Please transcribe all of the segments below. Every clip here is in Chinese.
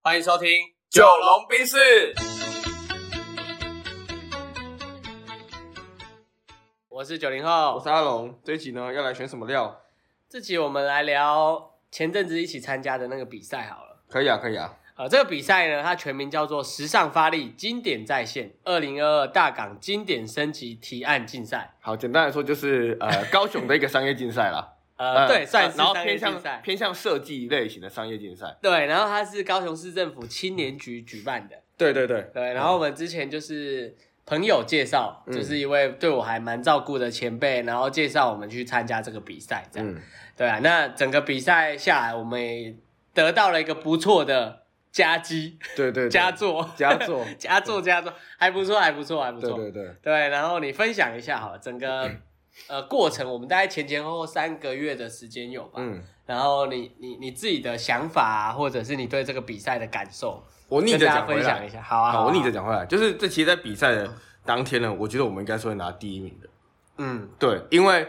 欢迎收听《九龙冰室，我是九零后我是。阿龙。这一集呢，要来选什么料？这集我们来聊前阵子一起参加的那个比赛好了。可以啊，可以啊。呃，这个比赛呢，它全名叫做“时尚发力经典再现二零二二大港经典升级提案竞赛好，简单来说就是呃，高雄的一个商业竞赛啦。”。 呃，对，算呃是然后商业偏竞赛向偏向设计类型的商业竞赛。对，然后它是高雄市政府青年局举办的。对对对对，然后我们之前就是朋友介绍，嗯就是一位对我还蛮照顾的前辈，然后介绍我们去参加这个比赛，这样。嗯，对啊，那整个比赛下来，我们也得到了一个不错的佳绩、对对对佳作、佳作 佳作、佳作，还不错，还不错，还不错。对对对，对然后你分享一下好了，整个呃过程，我们大概前前后后三个月的时间有吧？嗯，然后你你你自己的想法、啊，或者是你对这个比赛的感受，我逆跟着大家讲回分享来一。下。好啊，好，我逆着讲。讲回来，就是这其实在比赛的当天呢，我觉得我们应该是会拿第一名的。嗯，对，因为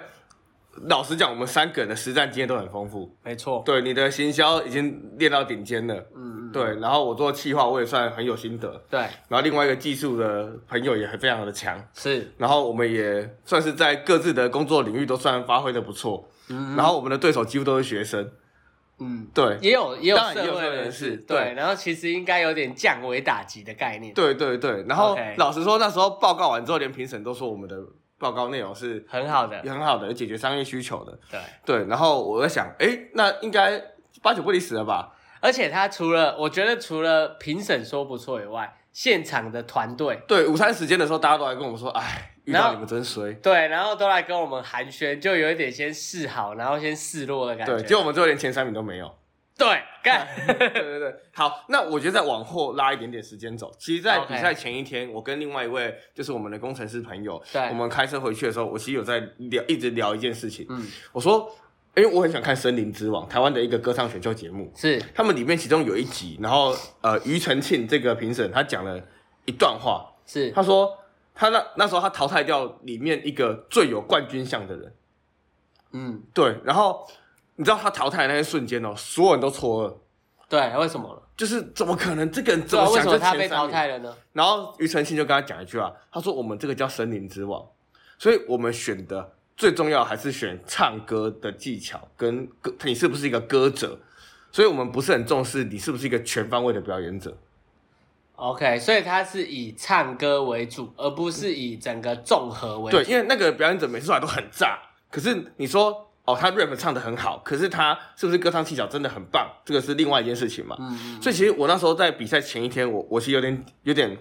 老实讲，我们三个人的实战经验都很丰富。没错。对，你的行销已经练到顶尖了。嗯，嗯对，然后我做企划，我也算很有心得。对，然后另外一个技术的朋友也非常的强，是。然后我们也算是在各自的工作领域都算发挥的不错。嗯然后我们的对手几乎都是学生，嗯，对也有也有当然也社有会社会人人士，士对，对然后其实应该有点降维打击的概念，，对对对。然后 OK 老实说，那时候报告完之后，连评审都说我们的报告内容是很好的，很好的，有解决商业需求的。对。对，然后我在想，哎，那应该八九不离十了吧？而且他除了我觉得除了评审说不错以外，现场的团队对，午餐时间的时候，大家都来跟我们说，哎，遇然后到你们真衰。对，然后都来跟我们寒暄，就有一点先示好，然后先示弱的感觉，对，结果我们最后连前三名都 没有。对干，对对对，好，那我觉得再往后拉一点点时间走。其实，在比赛前一天我跟另外一位就是我们的工程师朋友，对我们开车回去的时候，我其实有在聊，一直聊一件事情。嗯，我说，因为我很想看《森林之王》，台湾的一个歌唱选秀节目，是他们里面其中有一集，然后呃，庾澄庆这个评审他讲了一段话，是他说他那那时候他淘汰掉里面一个最有冠军相的人，嗯，对，然后你知道他淘汰的那一瞬间哦，所有人都错愕。对，为什么了？就是怎么可能？这个人对怎啊么为想什就么前三他名被淘汰了呢？然后庾澄庆就跟他讲一句啊，他说我们这个叫森林之王，所以我们选的最重要还是选唱歌的技巧跟歌，你是不是一个歌者，所以我们不是很重视你是不是一个全方位的表演者。 OK，所以他是以唱歌为主，而不是以整个综合为主。对，因为那个表演者每次出来都很炸，可是你说哦，他 rap 唱的很好，可是他是不是歌唱技巧真的很棒？这个是另外一件事情嘛。嗯，嗯，所以其实我那时候在比赛前一天，我我其实有点有点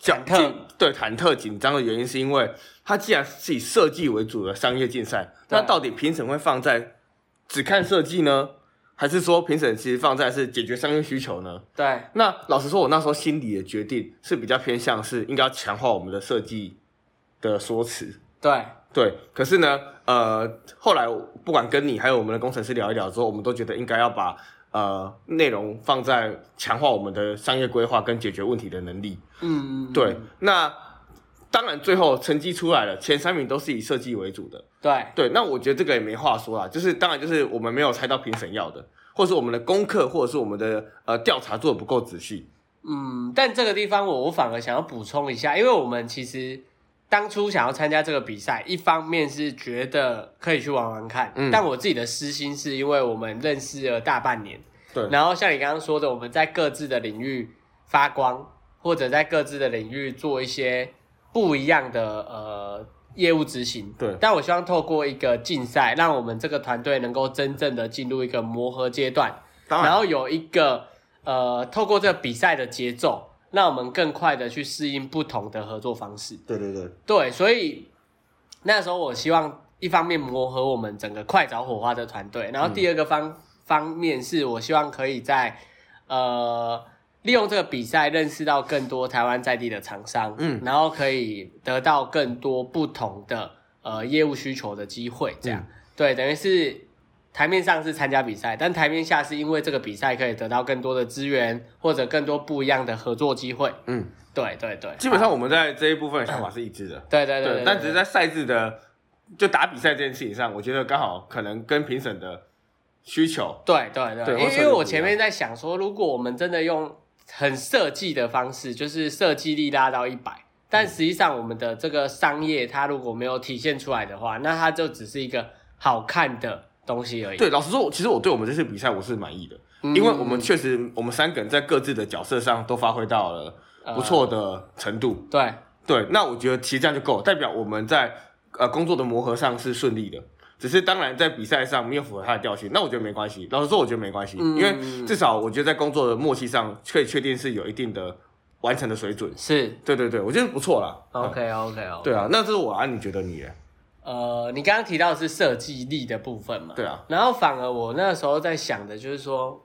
忐忐忑，对忐忑紧张的原因是因为它既然是以设计为主的商业竞赛，对那到底评审会放在只看设计呢，还是说评审其实放在是解决商业需求呢？对，那老实说，我那时候心里的决定是比较偏向是应该要强化我们的设计的说辞。对，对，可是呢，呃，后来我不管跟你还有我们的工程师聊一聊之后，我们都觉得应该要把呃内容放在强化我们的商业规划跟解决问题的能力。嗯，嗯对，嗯那当然最后成绩出来了，前三名都是以设计为主的。对，对，那我觉得这个也没话说啦，就是当然就是我们没有猜到评审要的，或者是我们的功课或者是我们的呃调查做的不够仔细。嗯，但这个地方我我反而想要补充一下，因为我们其实当初想要参加这个比赛，一方面是觉得可以去玩玩看，嗯但我自己的私心是因为我们认识了大半年，对，然后像你刚刚说的，我们在各自的领域发光，或者在各自的领域做一些不一样的呃业务执行。对但我希望透过一个竞赛，让我们这个团队能够真正的进入一个磨合阶段，当然然后有一个呃，透过这个比赛的节奏，让我们更快的去适应不同的合作方式。对对对，对，所以那时候我希望一方面磨合我们整个快找火花的团队，然后嗯第二个方、方面是我希望可以在呃利用这个比赛认识到更多台湾在地的厂商，嗯然后可以得到更多不同的呃业务需求的机会，这样、嗯对，等于是。台面上是参加比赛，但台面下是因为这个比赛可以得到更多的资源，或者更多不一样的合作机会。嗯，对对对，基本上我们在这一部分的想法是一致的。对对对对对，对但只是在赛制的就打比赛这件事情上，我觉得刚好可能跟评审的需求，对对对，对因为会因有为我不一前样面在想说，如果我们真的用很设计的方式，就是设计力拉到一百。但实际上，我们的这个商业它如果没有体现出来的话，那它就只是一个好看的东西而已。对，老实说，其实我对我们这次比赛我是满意的，嗯，因为我们确实我们三个人在各自的角色上都发挥到了不错的程度。对对，那我觉得其实这样就够了，代表我们在呃工作的磨合上是顺利的。只是当然在比赛上没有符合他的调性，那我觉得没关系。老实说，我觉得没关系，嗯因为至少我觉得在工作的默契上可以确定是有一定的完成的水准。是对对对，我觉得不错啦。 OK OK OK。嗯对啊，那这是我啊，你觉得你耶？呃，你刚刚提到的是设计力的部分嘛？对啊，然后反而我那时候在想的就是说，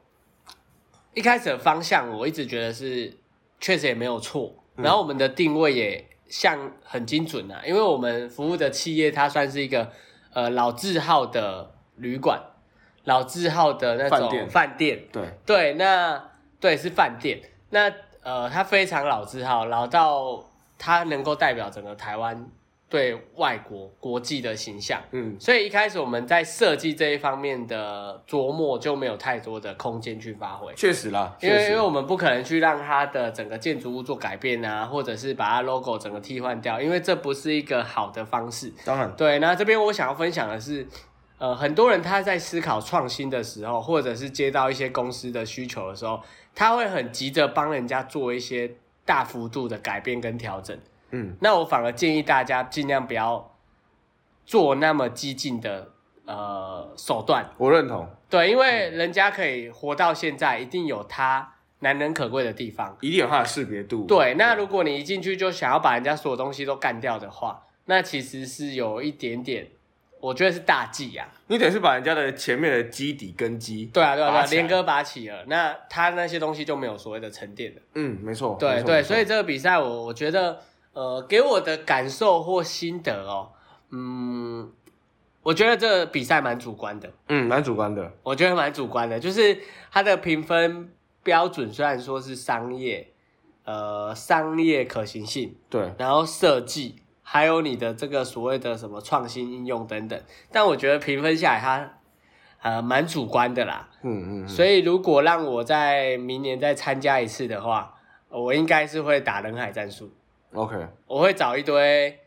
一开始的方向我一直觉得是确实也没有错，嗯然后我们的定位也像很精准啊，因为我们服务的企业它算是一个呃老字号的旅馆，老字号的那种饭店饭店对，对，那对是饭店，那呃，它非常老字号，老到它能够代表整个台湾对外国国际的形象。嗯，所以一开始我们在设计这一方面的琢磨就没有太多的空间去发挥，确实啦，因确为因为实。我们不可能去让它的整个建筑物做改变啊，或者是把它 logo 整个替换掉，因为这不是一个好的方式。当然，对，那这边我想要分享的是，呃，很多人他在思考创新的时候，或者是接到一些公司的需求的时候，他会很急着帮人家做一些大幅度的改变跟调整。嗯，那我反而建议大家尽量不要做那么激进的呃手段，我认同，对，因为人家可以活到现在，一定有他难能可贵的地方。一定有它的识别度。对，那如果你一进去就想要把人家所有东西都干掉的话，那其实是有一点点，我觉得是大忌啊。你等于是把人家的前面的基底根基，对啊，对啊，对啊拔，起来连哥拔起了，那他那些东西就没有所谓的沉淀了。嗯，没错，没对错对，没错所以这个比赛我我觉得，呃，给我的感受或心得哦，嗯，我觉得这个比赛蛮主观的，嗯，蛮主观的，我觉得蛮主观的，就是它的评分标准虽然说是商业，呃，商业可行性，对，然后设计，还有你的这个所谓的什么创新应用等等。但我觉得评分下来它，呃蛮主观的啦。嗯嗯嗯，所以如果让我在明年再参加一次的话，我应该是会打人海战术， OK，我会找一堆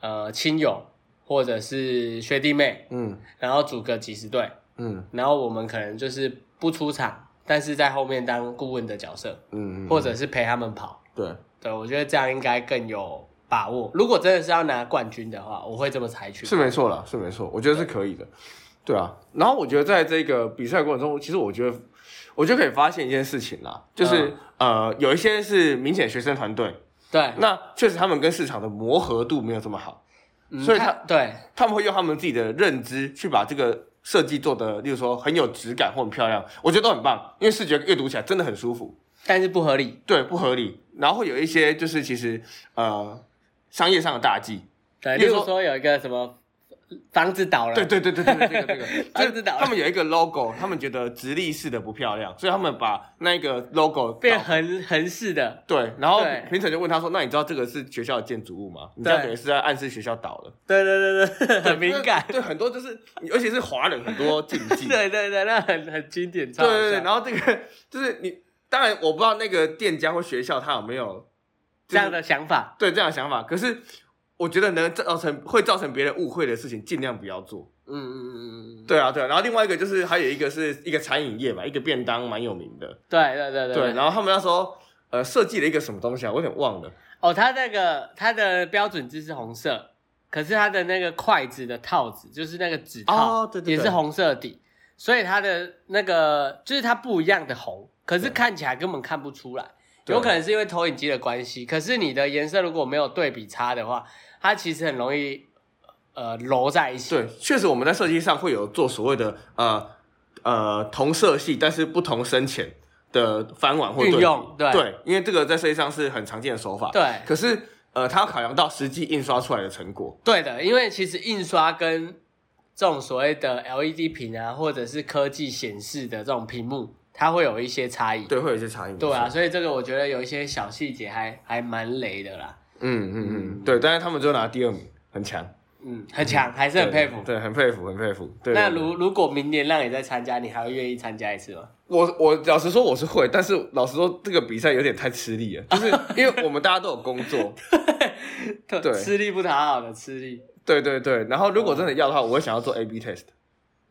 呃亲友或者是学弟妹，嗯然后组个几十队，嗯然后我们可能就是不出场，但是在后面当顾问的角色，嗯，嗯或者是陪他们跑。对，对，我觉得这样应该更有把握。如果真的是要拿冠军的话，我会这么采取。是没错啦，是没错，我觉得是可以的，对啊。然后我觉得在这个比赛过程中，其实我觉得，我就可以发现一件事情啦，就是、嗯呃，有一些是明显学生团队，对，那确实他们跟市场的磨合度没有这么好，嗯所以他对他们会用他们自己的认知去把这个设计做的，例如说很有质感或很漂亮，我觉得都很棒，因为视觉阅读起来真的很舒服。但是不合理。对，不合理。然后会有一些就是其实呃商业上的大忌，对，例例如如说有一个什么房子倒了，对对对对对，这个 这这个个倒了他们有一个 logo，他们觉得直立式的不漂亮，所以他们把那个 logo 变倒横横式的，对，然后对评审就问他说：“那你知道这个是学校的建筑物吗？”你这样对等于是在暗示学校倒了，对对对对， 很敏感。对，很多就是，尤其是华人很多禁 忌。对对对，那很很经典，超对好对对，笑然后这个就是你，当然我不知道那个店家或学校他有没有这样的想法，对这样的想法，可是我觉得能造成会造成别人误会的事情，尽量不要做。嗯嗯嗯嗯嗯，对啊，对啊。然后另外一个就是还有一个是一个餐饮业嘛，一个便当蛮有名的。对对对对，对。然后他们那时候呃设计了一个什么东西啊，我有点忘了。哦，它那个它的标准字是红色，可是它的那个筷子的套子就是那个指套，哦对对对也是红色底，所以它的那个就是它不一样的红，可是看起来根本看不出来，对有可能是因为投影机的关系，可是你的颜色如果没有对比差的话，它其实很容易呃揉在一起。对，确实我们在设计上会有做所谓的呃呃同色系但是不同深浅的翻碗或对比运用对对，因为这个在设计上是很常见的手法。对可是呃，它要考量到实际印刷出来的成果。对的，因为其实印刷跟这种所谓的 LED 屏啊，或者是科技显示的这种屏幕，它会有一些差异。对，会有一些差异。没对啊，错，所以这个我觉得有一些小细节还还蛮雷的啦。嗯嗯嗯嗯，对，但是他们就拿第二名，很强。嗯，很强，还是很佩服。对，很佩服，很佩服。对，那对对如如果明年让你再参加，你还会愿意参加一次吗？我我老实说我是会，但是老实说这个比赛有点太吃力了，就是因为我们大家都有工作，对吃力不讨好的吃力。对对对。然后如果真的要的话，我会想要做 A/B test，哦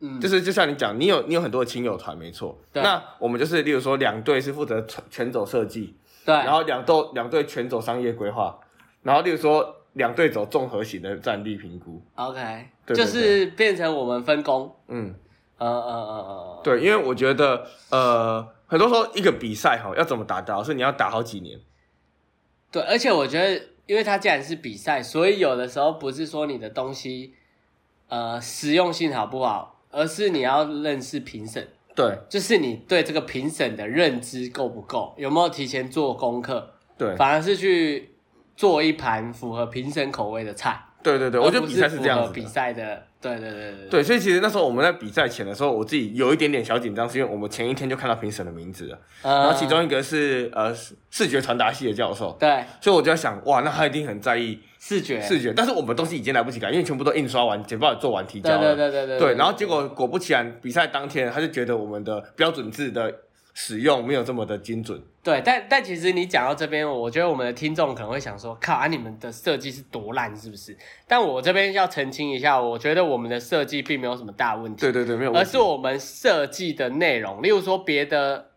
嗯，就是就像你讲，你有你有很多的亲友团，没错。对那我们就是例如说两队是负责全全走设计，对，然后两队两队全走商业规划，然后例如说两队走综合型的战力评估。 OK，对对就对是变成我们分工。嗯，呃呃呃呃，对，因为我觉得呃，很多时候一个比赛哈要怎么达到，是你要打好几年。对，而且我觉得，因为它既然是比赛，所以有的时候不是说你的东西，呃，实用性好不好，而是你要认识评审，对就是你对这个评审的认知够不够，有没有提前做功课，对反而是去做一盘符合评审口味的菜。对对对，我觉而得不比是赛是这样符子合的比赛的，对对对对。对，所以其实那时候我们在比赛前的时候，我自己有一点点小紧张，是因为我们前一天就看到评审的名字了，呃然后其中一个是呃视视觉传达系的教授，对所以我就在想，哇，那他一定很在意视觉，视觉，但是我们东西已经来不及改，因为全部都印刷完，简报也做完提交对了，对对对对对然后结果果不其然，比赛当天他就觉得我们的标准字的使用没有这么的精准，对，但但其实你讲到这边，我觉得我们的听众可能会想说，靠啊，你们的设计是多烂是不是？但我这边要澄清一下，我觉得我们的设计并没有什么大问题，对对对，没有问而题，是我们设计的内容，例如说别的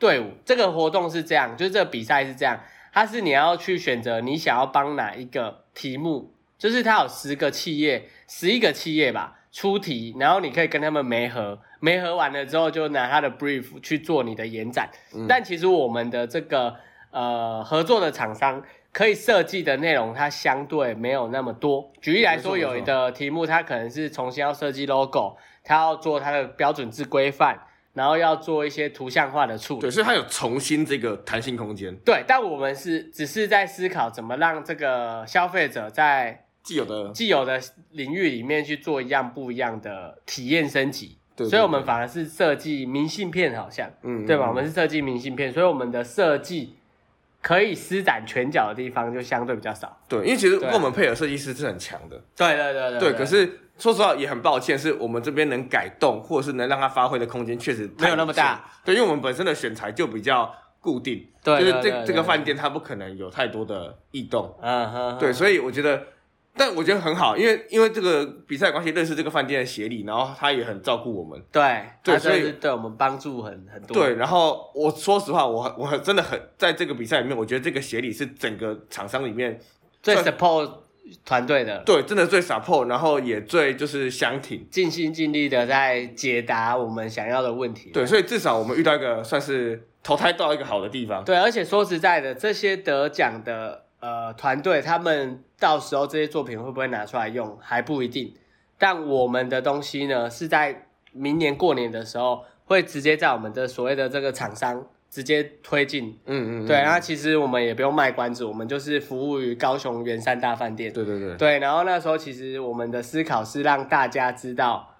队伍，这个活动是这样，就是这个比赛是这样，它是你要去选择你想要帮哪一个题目，就是它有十个企业，十一个企业吧出题，然后你可以跟他们媒合，媒合完了之后就拿他的 brief 去做你的延展。嗯但其实我们的这个呃合作的厂商。可以设计的内容，它相对没有那么多。举例来说，没错没错有的题目它可能是重新要设计 logo，它要做它的标准制规范，然后要做一些图像化的处理。对，所以他有重新这个弹性空间，对，但我们是只是在思考怎么让这个消费者在既有的既有的领域里面去做一样不一样的体验升级。对对所以我们反而是设计明信片，好像，嗯对吧？嗯我们是设计明信片，所以我们的设计可以施展拳脚的地方就相对比较少。对，因为其实对跟我们配合设计师是很强的，对对对对对，可是说实话也很抱歉，是我们这边能改动或者是能让它发挥的空间确实太没有那么大有限，对，因为我们本身的选材就比较固定，对就是对对这对这个饭店它不可能有太多的异动，嗯哼，对，对所以我觉得，但我觉得很好，因为因为这个比赛关系认识这个饭店的协理，然后他也很照顾我们，对，它真对的所以是对我们帮助很很多。对，然后我说实话，我我真的很在这个比赛里面，我觉得这个协理是整个厂商里面最算 support 团队的，对真的最 support，然后也最就是相挺。尽心尽力的在解答我们想要的问题。对，所以至少我们遇到一个算是投胎到一个好的地方。对，而且说实在的，这些得奖的呃团队，他们到时候这些作品会不会拿出来用还不一定。但我们的东西呢，是在明年过年的时候，会直接在我们的所谓的这个厂商直接推进。嗯嗯，嗯对，那其实我们也不用卖关子，我们就是服务于高雄圆山大饭店。对对对，对，然后那时候其实我们的思考是让大家知道，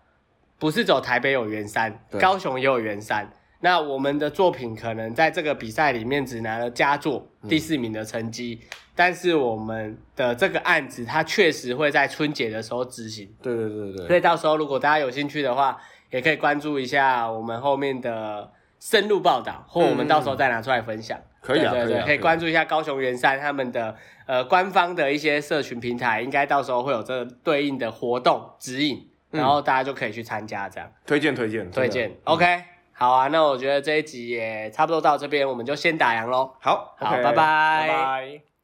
不是走台北有圆山，对高雄也有圆山。那我们的作品可能在这个比赛里面只拿了佳作嗯第四名的成绩，但是我们的这个案子它确实会在春节的时候执行，对对对对所对，以到时候如果大家有兴趣的话，也可以关注一下我们后面的深入报道，或我们到时候再拿出来分享。可以啊对对可以对，啊可可以以啊关注一下高雄圆山他们的呃官方的一些社群平台，应该到时候会有这对应的活动指引，嗯然后大家就可以去参加，这样推荐推荐推荐。。OK，好嗯啊，那我觉得这一集也差不多到这边，我们就先打烊喽。好，好 OK，拜拜拜拜。